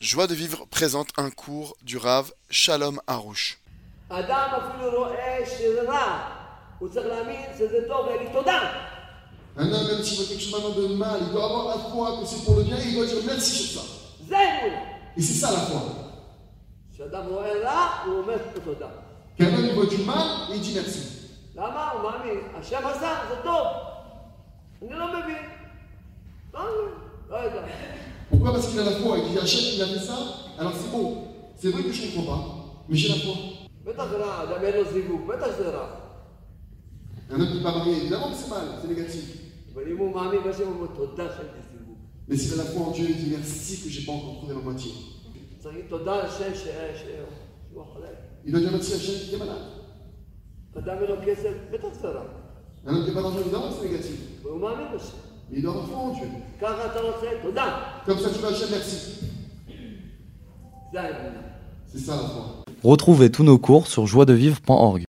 Joie de vivre présente un cours du Rav Shalom Harouche. האדם אפילו רואה שזה רע, הוא צריך להאמין שזה טוב ולהגיד תודה. Un homme, même s'il voit quelque chose maintenant de mal, il doit avoir la foi que c'est pour le bien et il doit dire merci sur ça. זה אמונה. Et c'est ça la foi. כשאדם רואה רע, הוא אומר תודה. Qu'un homme, il voit du mal et il dit merci. למה? הוא מאמין. השם עשה, זה טוב. אני לא מבין. לא מבין, לא יודע. Pourquoi Parce qu'il a la foi. Il dit Hachem, il a fait ça, alors c'est bon. C'est vrai que je ne comprends pas, mais j'ai la foi. בטח רע, אדם אין לו זיווג, בטח זה רע. Un homme qui n'est pas marié, évidemment que c'est mal, c'est négatif. אבל אם הוא מאמין בשם, הוא אומר תודה שאין לי זיווג. Mais s'il a la foi en Dieu, il dit merci que j'ai pas encore trouvé ma moitié. צריך להגיד תודה לשם ש- ש- שהוא חולה. Il doit dire merci à Hachem qui est malade. אדם אין לו כסף, bטח זה רע. Un homme qui n'est pas d'argent, évidemment que c'est négatif. והוא מאמין בשם. Mais il doit avoir foi en Dieu. ככה אתה רוצה, תודה. Comme ça, tu vas à Hachem, merci. זה האמונה. C'est ça la foi. Retrouvez tous nos cours sur joiedevivre.org.